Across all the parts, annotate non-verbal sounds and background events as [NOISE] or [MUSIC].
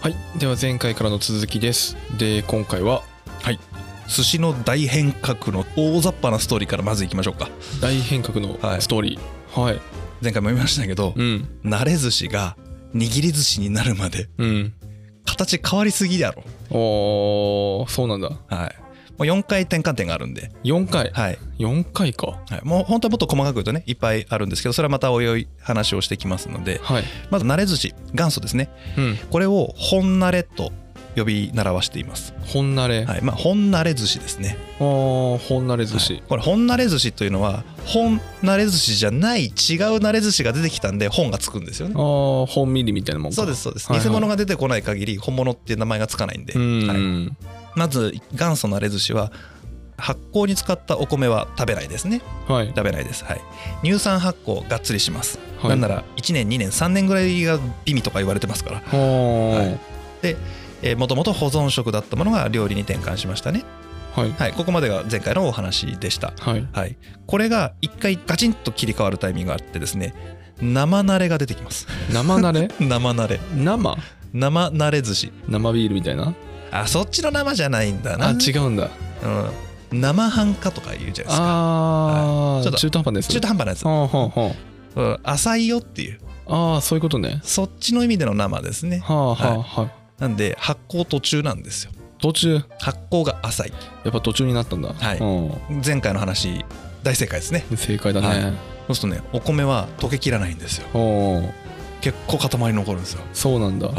はいでは前回からの続きですで今回ははい寿司の大変革の大雑把なストーリーからまずいきましょうか大変革のはいストーリーはい、前回も言いましたけど、うん慣れ寿司が握り寿司になるまでうん形変わりすぎだろおーそうなんだはいもう4回転換点があるんで、 4回、はい4回かはい、もう本当はもっと細かく言うとねいっぱいあるんですけどそれはまたおいおい話をしてきますのではいまず慣れ寿司元祖ですねうんこれを本慣れと呼び習わしています、本慣れ、はいまあ、本慣れ寿司ですねあー本慣れ寿司、はいこれ本慣れ寿司というのは本慣れ寿司じゃない違う慣れ寿司が出てきたんで本がつくんですよあねー本ミリみたいなもんかそうですそうです、はいはい偽物が出てこない限り本物っていう名前がつかないんで、うん、はい、まず元祖慣れ寿司は発酵に使ったお米は食べないですねはい食べないですはい乳酸発酵がっつりします、はいなんなら1年2年3年ぐらいが美味とか言われてますからあーはいえーもともと保存食だったものが料理に転換しましたねはいはいここまでが前回のお話でしたはいはい、これが一回ガチンと切り替わるタイミングがあってですね生慣れが出てきます [LAUGHS] 生慣れ [LAUGHS] 生慣れ生生慣れ寿司生ビールみたいなあそっちの生じゃないんだなあ違うんだうん、生半可とか言うじゃないですかあはいちーょっと中途半端です中途半端なやつ、はあはあはうん、浅いよっていうああーそういうことねそっちの意味での生ですねはあはあはい、なんで発酵途中なんですよ途中や発酵が浅いっぱ途中になったんだはいうん前回の話大正解ですね正解だね、はいそうするとねお米は溶けきらないんですよおー結構塊残るんですよそうなんだは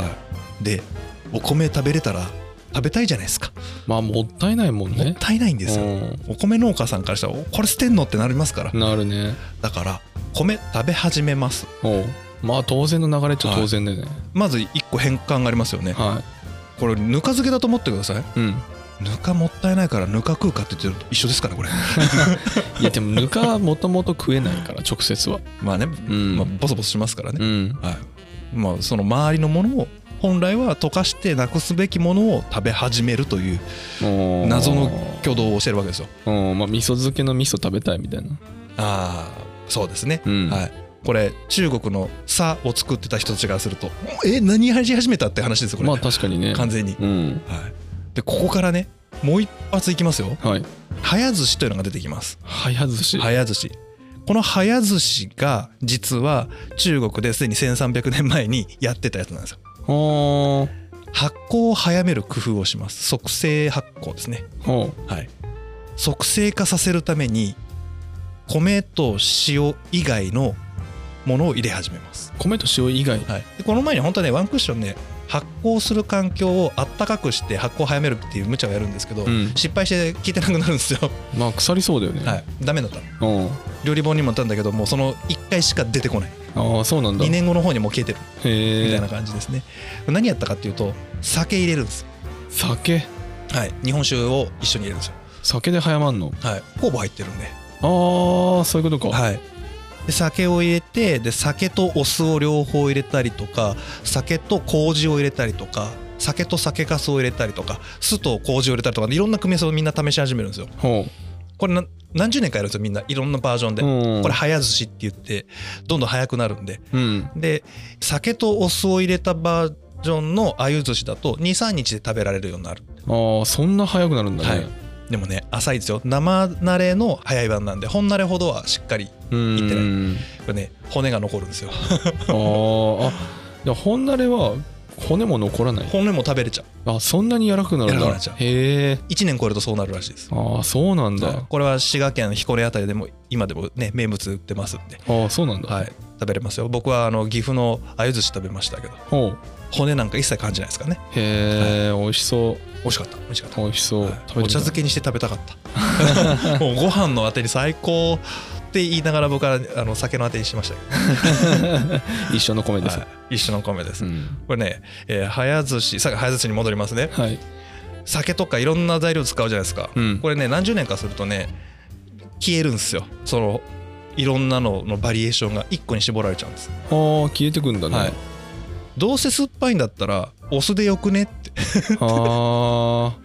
い、でお米食べれたら食べたいじゃないですかまあもったいないもんもっねたいないんですよお米農家さんからしたらおこれ捨てんのってなりますからうんなるねだから米食べ始めますおうまあ当然の流れっちゃ当然だよねまず1個変換がありますよねはこれぬか漬けだと思ってくださいい、うんぬかもったいないからぬか食うかって言ってると一緒ですか [LAUGHS] らこれいやでもぬかはもともと食えないから直接はまあね、んまあ、ボソボソしますからうね、んはいまあ、その周りのものを本来は溶かしてなくすべきものを食べ始めるというおー謎の挙動をしてるわけですようんまあ味噌漬けの味噌食べたいみたいなああそうですね、うんはいこれ中国の「さ」を作ってた人たちからすると「え何やり始めた?」って話ですよこれ、まあ確かにね完全に、うんはい、でここからねもう一発いきますよはい早寿司というのが出てきます早寿司 [LAUGHS] 早寿司この早寿司が実は中国ですでに1300年前にやってたやつなんですよおー発酵を早める工夫をします促成発酵ですねおうはい促成化させるために米と塩以外のものを入れ始めます米と塩以外はい、でこの前に本当はねワンクッションね発酵する環境をあったかくして発酵を早めるっていう無茶をやるんですけど、うん失敗して聞いてなくなるんですよ、まあ腐りそうだよね、はい、ダメだったうん料理本にもあったんだけどもうその1回しか出てこないああそうなんだ2年後の方にもう消えてるみへたいえな感じですね、何やったかっていうと酒入れるんですよ酒はい日本酒を一緒に入れるんですよ酒で早まんのはい酵母入ってるんでああそういうことかはいで酒を入れてで酒とお酢を両方入れたりとか酒と麹を入れたりとか酒と酒粕を入れたりとか酢と麹を入れたりとかいろんな組み合わせをみんな試し始めるんですよほこれな何十年かやるんですよみんないろんなバージョンで、ううんこれ早寿司って言ってどんどん早くなるんでうんで酒とお酢を入れたバージョンの鮎寿司だと23日で食べられるようになるああそんな早くなるんだね、はいでもね浅いですよ生慣れの早い版なんで本慣れほどはしっかりこうんいってれね骨が残るんですよあーあいや本慣れは骨も残らない骨も食べれちゃうあそんなに柔らかくなるん柔らだかくなっちゃうへえ1年超えるとそうなるらしいですああそうなんだ、はいこれは滋賀県彦根あたりでも今でもね名物売ってますんで、ああそうなんだ、はい、食べれますよ僕はあの岐阜の鮎寿司食べましたけどほう骨なんか一切感じないですからねへえ、美味しそう美味しかった美味しかった、美味しそう、はい食べてみたおい茶漬けにして食べたかっ [LAUGHS] たもうご飯のあてに最高って言いながら僕はあの酒のあてにしましたけ一緒の米ど、です、はい一緒の米です、うんこれね、えー早寿司さ早寿司に戻りますねはい酒とかいろんな材料使うじゃないですか、うんこれね何十年かするとね消えるんですよそのいろんなののバリエーションが1個に絞られちゃうんです、あー消えてくんだね、はいどうせ酸っぱいんだったらお酢でよくねってああ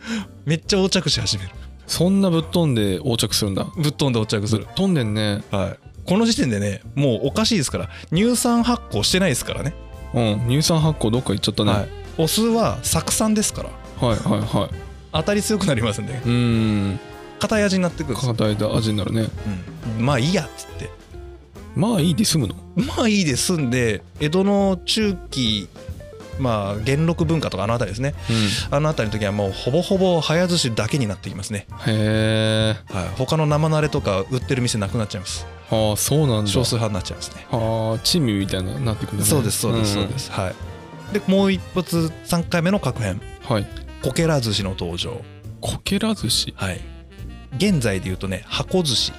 めっちゃ横着し始めるそんなぶっ飛んで横着するんだぶっ飛んで横着すぶっる、飛んでんねはい、この時点でねもうおかしいですから乳酸発酵してないですからねうん乳酸発酵どっか行っちゃったね、はいお酢は酢酸ですからはいはいはい当たり強くなりますんでうーん硬い味になってくるんですよ、硬い味になるねうん、まあいいやっつってまあいいで済むのまあいいですんで江戸の中期まあ元禄文化とかあの辺りですねうあの辺りの時はもうほぼほぼ早寿司だけになってきますね、んへえはい、他の生慣れとか売ってる店なくなっちゃいますああそうなんだ少数派になっちゃいますねああチミみたいなのになってくるんだねそうですそうですそうですす、はいでもう一発3回目の確変はいこけら寿司の登場こけら寿司はい現在で言うとね箱寿司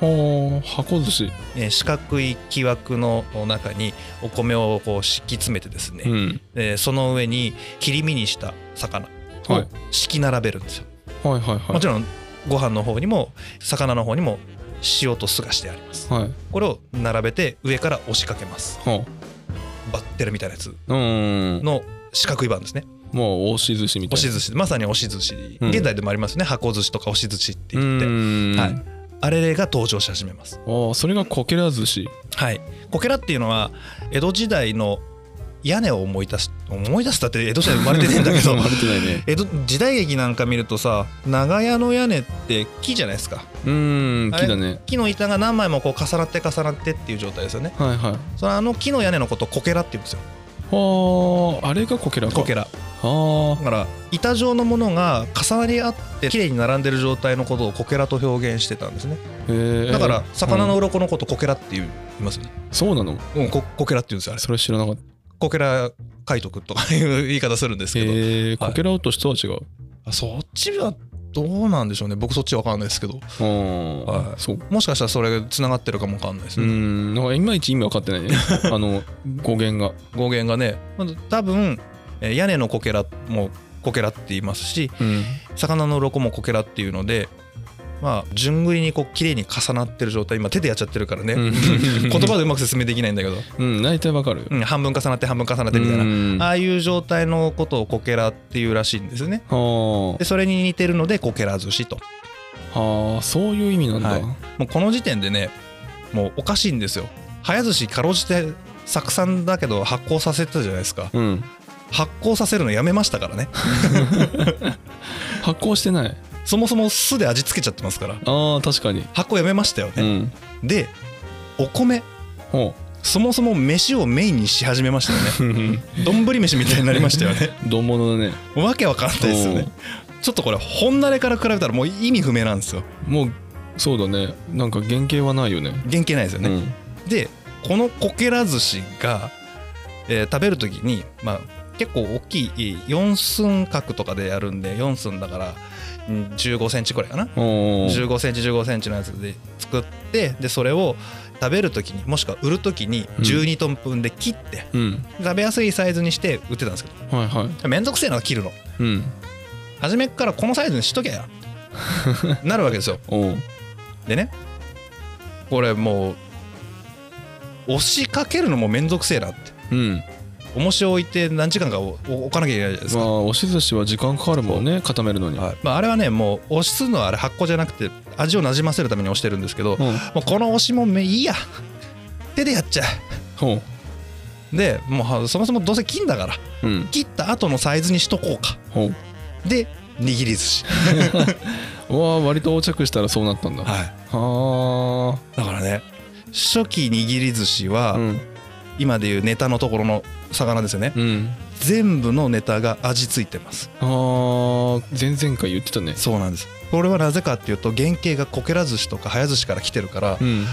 はあ箱寿司えー四角い木枠の中にお米をこう敷き詰めてですね、うんえーその上に切り身にした魚はいを敷き並べるんですよ、はいはいはいもちろんご飯の方にも魚の方にも塩と酢がしてありますはいこれを並べて上から押しかけますはバッテルみたいなやつあうんの四角い版ですねもう押し寿司みたい押なし寿司まさに押し寿司、うん現在でもありますね箱寿司とか押し寿司ってう言ってーんはいあれが登場し始めますああそれがこけら寿司はいこけらっていうのは江戸時代の屋根を思い出す思い出すだって江戸時代生まれてねえんだけど [LAUGHS] 生まれてないね江戸時代劇なんか見るとさ長屋の屋根って木じゃないですかうーんあれ木だね木の板が何枚もこう重なって重なってっていう状態ですよねはいはいそのあの木の屋根のことをこけらって言うんですよはああれがこけらかこけらあだから板状のものが重なり合って綺麗に並んでる状態のことをこけらと表現してたんですねあへえだから魚のうん鱗のことこけらって言いますよねそうなのうんここけらって言うんですよあれそれ知らなかったこけら海徳とかいう言い方するんですけどへえはいこけら落としとは違うあそっちはどうなんでしょうね僕そっちわかんないですけどうんはいそううもしかしたらそれつながってるかもわかんないですーね、んなんかいまいち意味分かって [LAUGHS] ないねあの語源が語源がねまず多分えー屋根のこけらもこけらって言いますしうん魚の鱗もこけらっていうのでまあ順繰りにこう綺麗に重なってる状態今手でやっちゃってるからね、うん [LAUGHS] 言葉でうまく説明できないんだけど、うん大体わかるようん、半分重なって半分重なってみたいな、うんああいう状態のことをこけらっていうらしいんですねはでそれに似てるのでこけら寿司とあはあそういう意味なんだ、はいもうこの時点でねもうおかしいんですよ早寿司かろうじて酢酸だけど発酵させてたじゃないですかうん発酵させるのやめましたからね発酵してないそもそも酢で味付けちゃってますからああ確かに発酵やめましたようね、んでお米ほそもそも飯をメインにし始めましたよううん [LAUGHS] ね丼飯みたいになりましたよね丼物だねわけわかんないですよねちょっとこれ本慣れから比べたらもう意味不明なんですよもうそうだねなんか原型はないよね原型ないですよね、でこのこけら寿司が、えー食べる時に、まあ、結構大きい4寸角とかでやるんで4寸だから1 5センチくらいかなうんおー1 5センチ1 5センチのやつで作ってでそれを食べる時にもしくは売る時にうん12トン分で切って、うん食べやすいサイズにして売ってたんですけはいはいどめんどくせえな切るのうん初めっからこのサイズにしとき [LAUGHS] ゃやなるわけですよおうでねこれもう押しかけるのもめんどくせえなってうん重しを置いて何時間かおお置かなきゃいけないじゃないですまか、あ押し寿司は時間かかるもんね固めるのにはいまあ、あれはねもう押すのはあれ発酵じゃなくて味をなじませるために押してるんですけど、もうんうこの押しもめいいや手でやっちゃほうでもうはそもそもどうせ金だからううん切った後のサイズにしとこうかほうで握り寿司、うわあ割と横着したらそうなったんだははい、あだからね初期握り寿司は、うん今でいうネタのところの魚ですよね、うん全部のネタが味付いてますあー前々回言ってたねそうなんですこれはなぜかっていうと原型がこけら寿司とか早寿司から来てるから、うん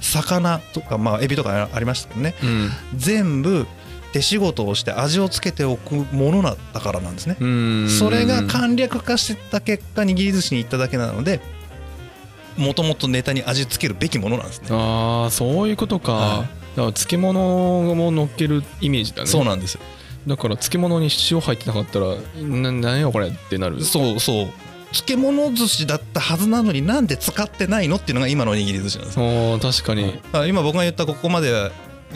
魚とかまあエビとかありましたけどねうん全部手仕事をして味をつけておくものだったからなんですねうーんそれが簡略化してた結果握り寿司に行っただけなのでもともとネタに味つけるべきものなんですねああそういうことか、はいだから漬物も乗っけるイメージだねそうなんですよだから漬物に塩入ってなかったらな何やこれってなるそうそう漬物寿司だったはずなのになんで使ってないのっていうのが今の握り寿司なんですおー確かに、だから今僕が言ったここまで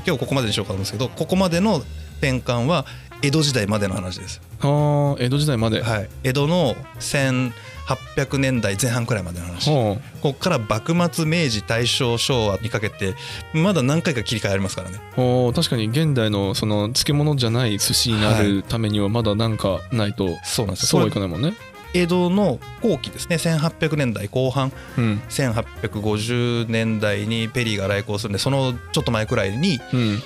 今日ここまでにしようかと思うんですけどここまでの転換は江戸時代までの話です、ああ江戸時代まで、はい、江戸の1800年代前半くらいまでの話ほここから幕末明治大正昭和にかけてまだ何回か切り替えありますからねうほう確かに現代のその漬物じゃない寿司になるためにはまだなんかないとそうなんですよそうはいこかれないもんね江戸の後期ですね1800年代後半うん1850年代にペリーが来航するんでそのちょっと前くらいにうん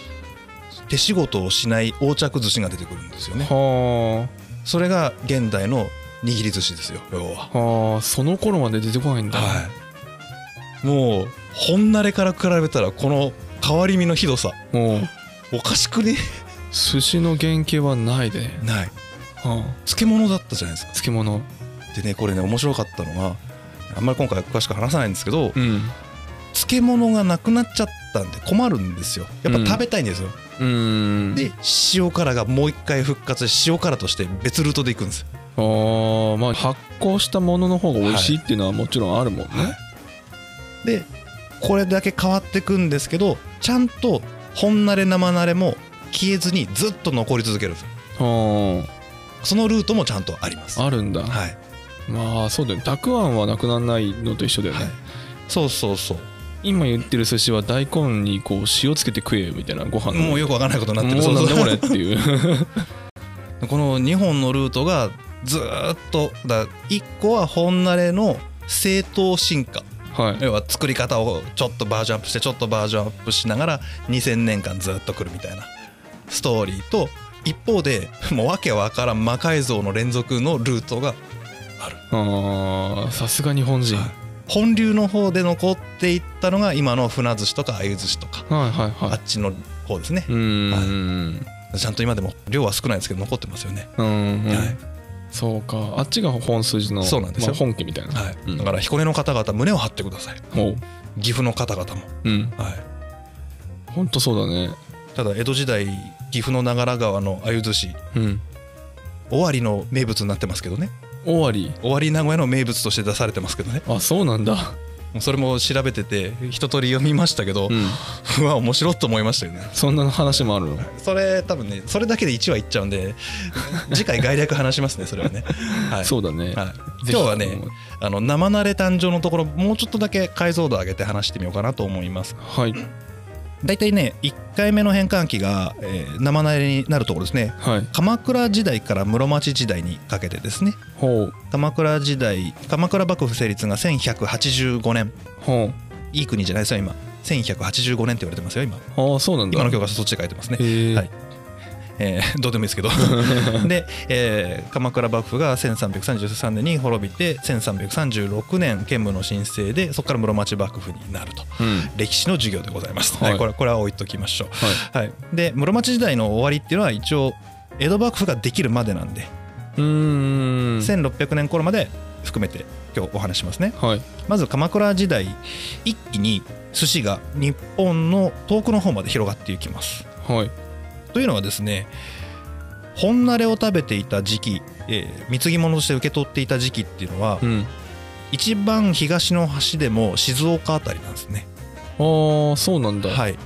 手仕事をしない横着寿司が出てくるんですよねはそれが現代の握り寿司ですよ要はあはあその頃まで出てこないんだ、はいもう本慣れから比べたらこの変わり身のひどさもうおかしくね寿司の原型はないで、ないはあ、漬物だったじゃないですか漬物でねこれね面白かったのがあんまり今回は詳しく話さないんですけどうん漬物がなくなっちゃったんで困るんですよやっぱ食べたいんですよ、うんで塩辛がもう一回復活して塩辛として別ルートでいくんですよあーまあ発酵したものの方が美味しいっていうのはもちろんあるもんね、でこれだけ変わってくんですけどちゃんと本慣れ生慣れも消えずにずっと残り続けるんですはそのルートもちゃんとありますあはあるんだ、い、はい、まあそうだよねたくあんはなくならないのと一緒だよね、そうそうそう今言ってる寿司は大根にこう塩つけて食えみたいなご飯のもうよくわからないことになってるもうなんそうだこれそうって [LAUGHS] いうこの2本のルートがずーっとだ1個は本慣れの正当進化はい要は作り方をちょっとバージョンアップしてちょっとバージョンアップしながら2000年間ずっと来るみたいなストーリーと一方で [LAUGHS] もうわけわからん魔改造の連続のルートがあーさすが日本人、ははいい、本流の方で残っていったのが今の船寿司とか鮎寿司とかはいはいあっちの方ですねうーん、ちゃんと今でも量は少ないですけど残ってますよねうんうんはいそうかあっちが本筋のそうなんですよまあ本家みたいな、はいうんだから彦根の方々胸を張ってくださいおう岐阜の方々もうんはいほんとそうだねただ江戸時代岐阜の長良川の鮎寿司うん尾張の名物になってますけどね終わり終わり名古屋の名物として出されてますけどねあそうなんだもうそれも調べてて一通り読みましたけど、うんうわ面白いと思いましたよねそんな話もあるのそれ多分ねそれだけで1話いっちゃうんで次回概略話しますねそれはね、はい、そうだね、はいぜひ今日はねあの生慣れ誕生のところもうちょっとだけ解像度上げて話してみようかなと思いますはい大体ね1回目の変換期が、えー生慣れになるところですねはい鎌倉時代から室町時代にかけてですねほう鎌倉時代鎌倉幕府成立が1185年ほいい国じゃないですよ今1185年って言われてますよ今うああそうなんだ今の教科書そっちで書いてますね、へえ、はいえーどうでもいいですけど [LAUGHS] で、えー鎌倉幕府が1333年に滅びて1336年建武の申請でそこから室町幕府になるとうん歴史の授業でございます、ははいいこれこれは置いときましょ、はいうはい、で室町時代の終わりっていうのは一応江戸幕府ができるまでなんで、 [LAUGHS] うーん1600年頃まで含めて今日お話しますねはいまず鎌倉時代一気に寿司が日本の遠くの方まで広がっていきますはいというのはですね本慣れを食べていた時期、えー貢ぎ物として受け取っていた時期っていうのは、うん一番東の端でも静岡あたりなんですねああそうなんだ、はい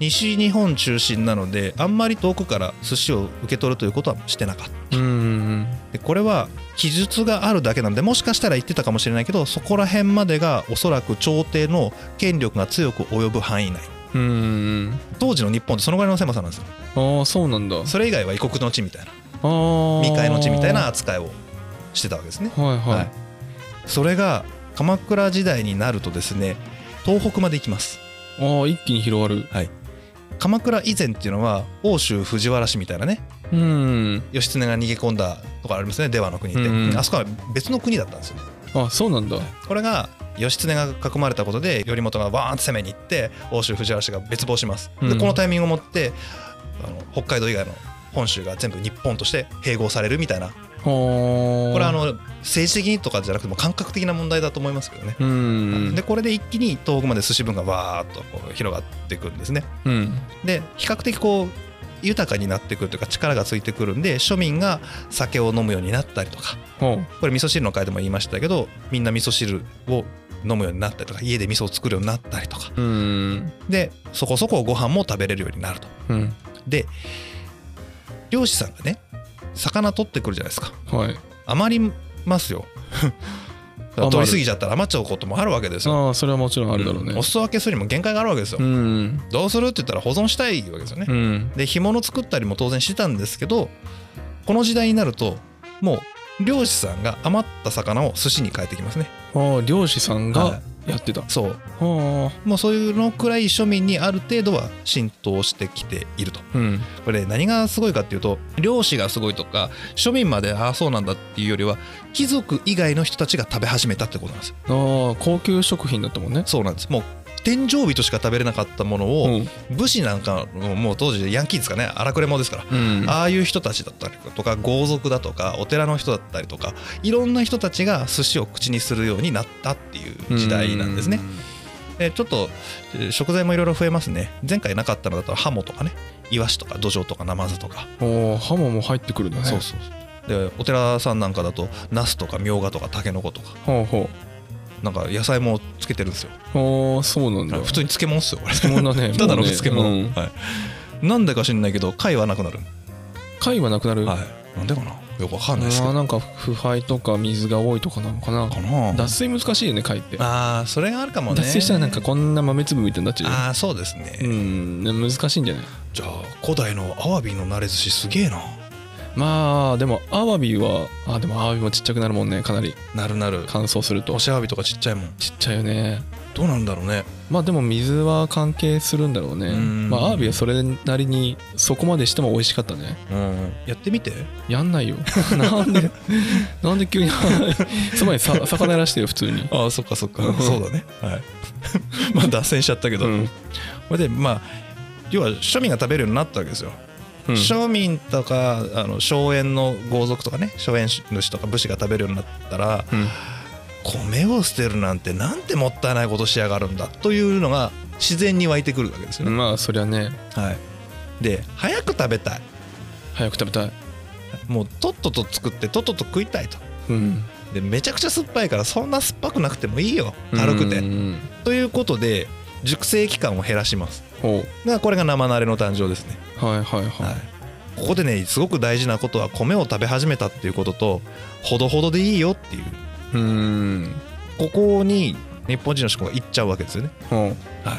西日本中心なのであんまり遠くから寿司を受け取るということはしてなかったうーんでこれは記述があるだけなんでもしかしたら言ってたかもしれないけどそこら辺までがおそらく朝廷の権力が強く及ぶ範囲内うーん当時の日本ってそのぐらいの狭さなんですよああそうなんだあそれ以外は異国の地みたいなあ未開の地みたいな扱いをしてたわけですねはいはい、はいそれが鎌倉時代になるとですね東北まで行きますああ一気に広がる鎌倉以前っていうのは欧州藤原氏みたいなねうーん義経が逃げ込んだとかありますね出羽の国っうて、んうんあそこは別の国だったんですよあそうなんだこれが義経が囲まれたことで頼元がわーンと攻めに行って欧州藤原氏が滅亡します、うでんこのタイミングをもってあの北海道以外の本州が全部日本として併合されるみたいなあここれはあの政治的にとかじゃなくても感覚的な問題だと思いますけどね、うーんでこれで一気に東北まで寿司文がわーっとこう広がっていくんですねうんで比較的こう豊かになってくるというか力がついてくるんで庶民が酒を飲むようになったりとかほこれ味噌汁の回でも言いましたけどみんな味噌汁を飲むようになったりとか家で味噌を作るようになったりとかううーんでそこそこご飯も食べれるようになるとうんで漁師さんがね魚取ってくるじゃないですかはい余りますよ [LAUGHS] 余る取りすぎちゃったら余っちゃうこともあるわけですよああそれはもちろんあるだろうねお裾分けするにも限界があるわけですよ、うんどうするって言ったら保存したいわけですよね、うんで干物作ったりも当然してたんですけどこの時代になるともう漁師さんが余った魚を寿司に変えてきますねああ漁師さんはがやってたそうはもうそういうのくらい庶民にある程度は浸透してきているとあうんこれ何がすごいかっていうと漁師がすごいとか庶民までああそうなんだっていうよりは貴族以外の人たちが食べ始めたってことなんですよああ高級食品だったもんねそうなんですもう天井人しか食べれなかったものを、うん武士なんかももう当時ヤンキーですかね荒くれ者ですからうんああいう人たちだったりとか豪族だとかお寺の人だったりとかいろんな人たちが寿司を口にするようになったっていう時代なんですね。でちょっとえー食材もいろいろ増えますね。前回なかったのだとハモとかねイワシとかドジョウとかナマズとか、おおハモも入ってくるんだねそうそうそうでお寺さんなんかだとナスとかミョウガとかタケノコとかほうほなんか野菜もつけてるんですよ。うおおそうなんだ普通に漬物っすよこれ。 [LAUGHS] 漬物だねただのもうね漬物、うんはい、なんでか知んないけど貝はなくなる、貝はなくなるはい、なんでかなよくわかんないですけあどあなんか腐敗とか水が多いとかなのかなかな脱水難しいよね貝ってああそれがあるかもね脱水したらなんかこんな豆粒みたいになっちゃうよああそうですね、うんね難しいんじゃないじゃあ古代のアワビの慣れ寿司すげえなまあでもアワビはあでもアワビもちっちゃくなるもんねかなりなるなる乾燥すると干しアワビとかちっちゃいもんちっちゃいよねどうなんだろうねまあでも水は関係するんだろうねうんまあアワビはそれなりにそこまでしても美味しかったねうんやってみてやん [LAUGHS] ないよなんでなんで急にそばにさ魚やらしてよ普通 [LAUGHS] にああそっかそっかうんそうだねはい [LAUGHS] まあ脱線しちゃったけど、うんこれでまあ要は庶民が食べるようになったわけですよ、うん庶民とかあの荘園の豪族とかね荘園主とか武士が食べるようになったらうん米を捨てるなんてなんてもったいないことしやがるんだというのが自然に湧いてくるわけですよね、まあそりゃねはいで早く食べたい早く食べたいもうとっとと作ってとっとと食いたいとうんでめちゃくちゃ酸っぱいからそんな酸っぱくなくてもいいよ軽くてうんということで熟成期間を減らしますほだからこれが生慣れの誕生ですね、うはいはいはいはい、ここでねすごく大事なことは米を食べ始めたっていうこととほどほどでいいよっていううんここに日本人の思考がいっちゃうわけですよねほうはい、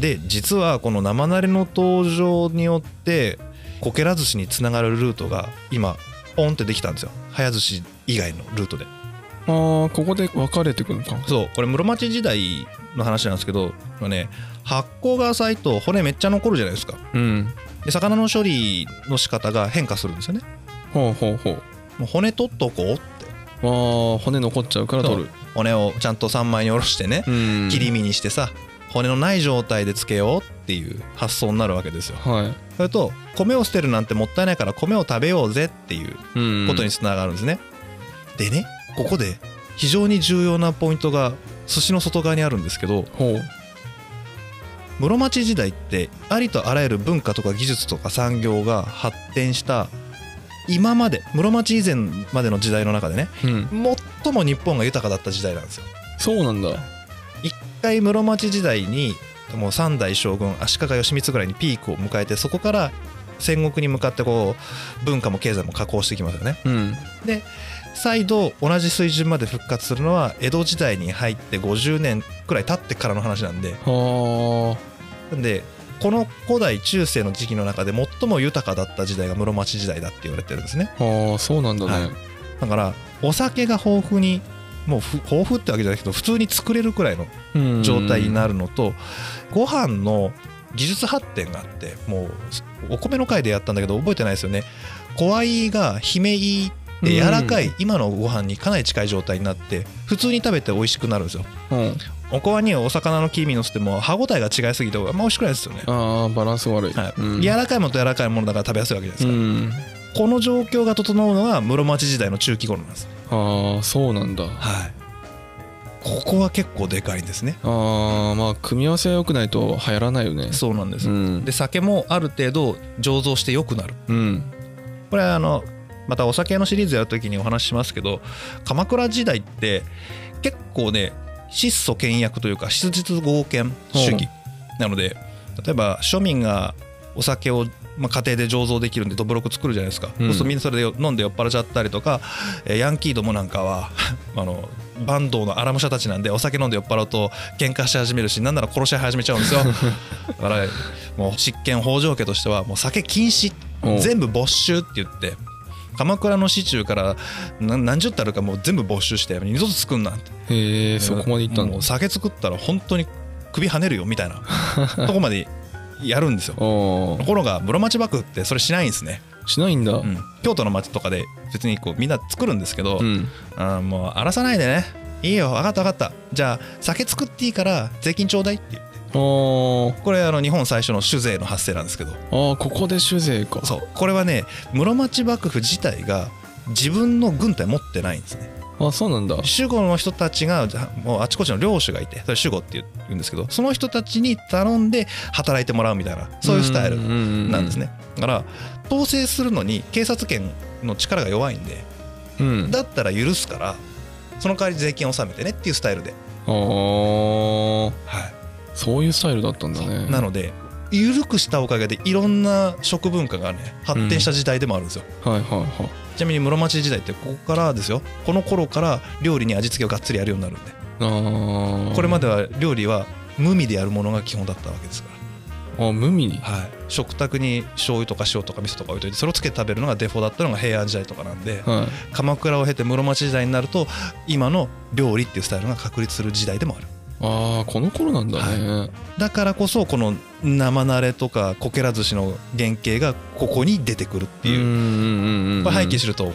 で実はこの生慣れの登場によってこけら寿司につながるルートが今ポンってできたんですよ早寿司以外のルートでああここで分かれてくるのかそうこれ室町時代の話なんですけどまあね発酵が浅いと骨めっちゃ残るじゃないですかうんで魚の処理の仕方が変化するんですよねほうほうほうもう骨取っとこうってああ骨残っちゃうから取る骨をちゃんと三枚におろしてねうん切り身にしてさ骨のない状態でつけようっていう発想になるわけですよはそれと米を捨てるなんてもったいないから米を食べようぜっていういうんことにつながるんですね、でねここで非常に重要なポイントが寿司の外側にあるんですけどほう室町時代ってありとあらゆる文化とか技術とか産業が発展した今まで室町以前までの時代の中でねうん最も日本が豊かだった時代なんですよそうなんだ一回室町時代にもう三代将軍足利義満ぐらいにピークを迎えてそこから戦国に向かってこう文化も経済も加工してきますよねうん再度同じ水準まで復活するのは江戸時代に入って50年くらい経ってからの話なんではなんでこの古代中世の時期の中で最も豊かだった時代が室町時代だって言われてるんですねあはあそうなんだはねいだからお酒が豊富にもうふ豊富ってわけじゃないけど普通に作れるくらいのうん状態になるのとご飯の技術発展があってもうお米の回でやったんだけど覚えてないですよね小藍が姫いって柔らかい今のご飯にかなり近い状態になって普通に食べて美味しくなるんですようんおこわにお魚の黄身のせても歯ごたえが違いすぎてあんま美味しくないですよね、ああバランス悪いはいうん柔らかいものと柔らかいものだから食べやすいわけじゃないうですか、んこの状況が整うのが室町時代の中期頃なんですああそうなんだはいここは結構でかいんですねああまあ組み合わせが良くないと流行らないよねそうなんです、うんで酒もある程度醸造して良くなるうんこれはあのまたお酒のシリーズやるときにお話ししますけど鎌倉時代って結構ね質素倹約というか質実剛健主義なので例えば庶民がお酒をまあ、家庭で醸造できるんでどぶろく作るじゃないですか、うんそうするとみんなそれで飲んで酔っ払っちゃったりとか、えーヤンキーどもなんかは [LAUGHS] あのバンドの荒武者たちなんでお酒飲んで酔っ払うと喧嘩し始めるしなんなら殺し合い始めちゃうんです [LAUGHS] よだからもう執権北条家としてはもう酒禁止おう全部没収って言って鎌倉の市中からな何十たるかもう全部没収して二度と作んなってへえそこまで行ったんだもう酒作ったら本当に首跳ねるよみた [LAUGHS] いなとこまでやるんですよあところが室町幕府ってそれしないんですね、あしないんだうん京都の町とかで別にこうみんな作るんですけど、うんあーもう荒らさないでねいいよ分かった分かったじゃあ酒作っていいから税金ちょうだいって言ってあーこれあの日本最初の酒税の発生なんですけどあーここで酒税かそうこれはね室町幕府自体が自分の軍隊持ってないんですねあそうなんだ守護の人たちがもうあちこちの領主がいてそれ守護って言うんですけどその人たちに頼んで働いてもらうみたいなそういうスタイルルなんですねだから統制するのに警察権の力が弱いんでうんだったら許すからその代わり税金を納めてねっていうスタイルで、あーはそういうスタイルだったんだねい、なので緩くしたおかげでいろんな食文化がね発展した時代でもあるんですよ、はいはいはいちなみに室町時代ってここからですよこの頃から料理に味付けをがっつりやるようになるんでああこれまでは料理は無味でやるものが基本だったわけですかあ無味にら、はい、食卓に醤油とか塩とか味噌とか置いといてそれをつけて食べるのがデフォだったのが平安時代とかなんで、は鎌倉を経て室町時代になると今の料理っていうスタイルが確立する時代でもあるいああこの頃なんだねだからこそこの生慣れとかこけら寿司の原型がここに出てくるっていう、いこれ背景知るとおおっ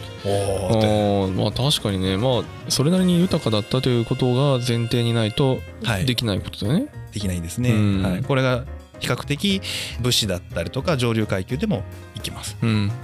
ああてまあ確かにねまあそれなりに豊かだったということが前提にないとはいできないことだね、できないんですうね、んはい、これが比較的武士だったりとか上流階級でもいきます、うんは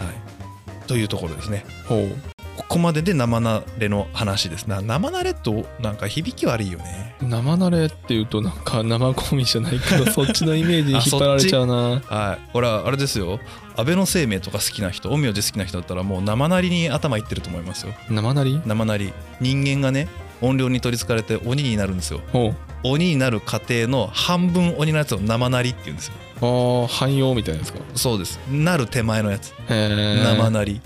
い、というところですねほうここまでで生慣れの話ですな生慣れとなんか響き悪いよね生慣れっていうとなんか生ゴミじゃないけどそっちのイメージに引っ張られちゃうなはい、これはあれですよ安倍の生命とか好きな人陰陽師好きな人だったらもう生なりに頭いってると思いますよ生なり生なり人間がね怨霊に取りつかれて鬼になるんですよほう鬼になる過程の半分鬼のやつを生なりって言うんですよああ汎用みたいなやつかそうですなる手前のやつへえ生なり、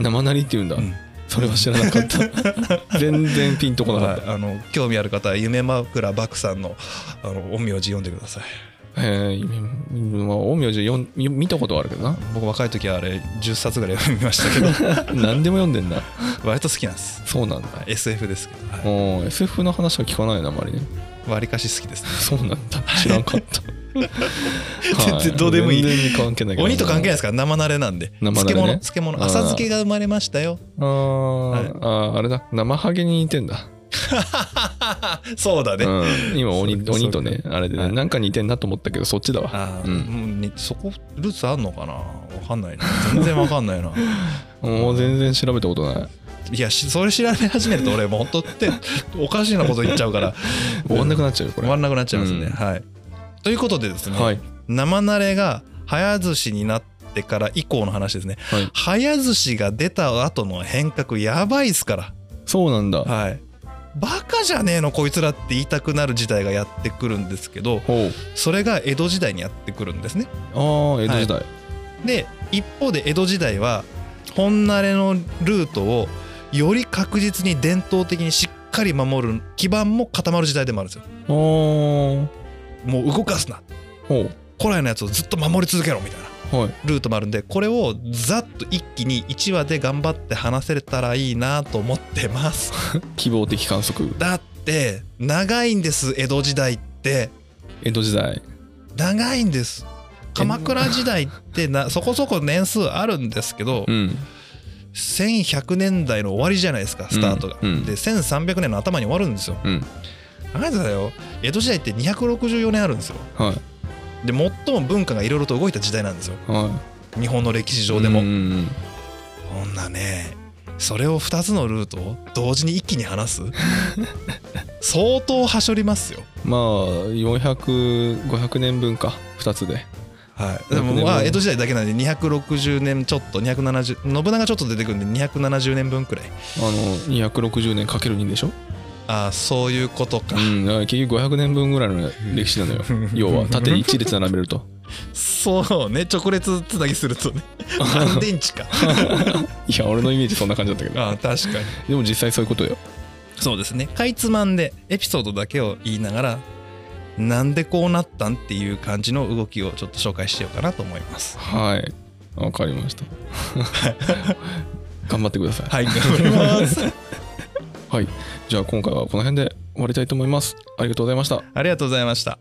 生なりっていうんだ、うんそれは知らなかった全然ピンとこなかっはいあの興味ある方は夢枕漠さんのあの陰陽師読んでくださいたへえまあ陰陽師読ん見たことはあるけどな僕若い時はあれ10冊ぐらい読みました [LAUGHS] けど何でも読んでんだ割と好きなんですそうなんだはい SF ですけどはいおー SF の話は聞かないなあまりね割かし好きですねそうなんだ知らんかった全然どうでもいい全然関係ないけど鬼と関係ないいですから生慣れなんで生慣れ漬ね物漬物あー浅漬けが生まれましたよあー、あーあれだ生ハゲに似てんだ、そうだね、うん、今鬼そうか鬼とねそうかあれでね、はいなんか似てんなと思ったけどそっちだわああ、うんもうねそこルーツあんのかなわかんないな全然わかんない [LAUGHS] なもう全然調べたことないいやしそれ調べ始めると俺もうほんとっておかしなこと言っちゃうから終わんなくなっちゃうよこ終れわんなくなっちゃいますね、うんはいということでですね、はい生慣れが早寿司になってから以降の話ですねはい早寿司が出た後の変革やばいっすからそうなんだはいバカじゃねえのこいつらって言いたくなる時代がやってくるんですけどほうそれが江戸時代にやってくるんですねああ江戸時代、で一方で江戸時代は本慣れのルートをより確実に伝統的にしっかり守る基盤も固まる時代でもあるんですよあーもう動かすなほ古来のやつをずっと守り続けろみたいなうはいルートもあるんでこれをざっと一気に1話で頑張って話せれたらいいなと思ってます [LAUGHS] 希望的観測だって長いんです江戸時代って江戸時代長いんです鎌倉時代ってなそこそこ年数あるんですけどうん1100年代の終わりじゃないですかスタートが、うんうんで1300年の頭に終わるんですようん考えてだよ江戸時代って264年あるんですよはいで最も文化がいろいろと動いた時代なんですよは日本の歴史い上でも、うんうんこんなねそれを2つのルートを同時に一気に話 [LAUGHS] す相当はしょりますよまあ400500年分か2つではいでもでもまあ江戸時代だけなんで260年ちょっと270信長ちょっと出てくるんで270年分くらいあの260年かける2でしょ、ああそういうことか、 [LAUGHS] うん、だから結局500年分ぐらいの歴史なのよ要は縦に1列並べるとそうね直列つなぎする [LAUGHS] とね乾電 [LAUGHS] 池かいや俺のイメージそんな感じだったけどああ確かにでも実際そういうことよそうですねかいつまんでエピソードだけを言いながらなんでこうなったんっていう感じの動きをちょっと紹介しようかなと思いますはいわかりました頑張ってくださいはい頑張りますはい、じゃあ今回はこの辺で終わりたいと思いますありがとうございましたありがとうございました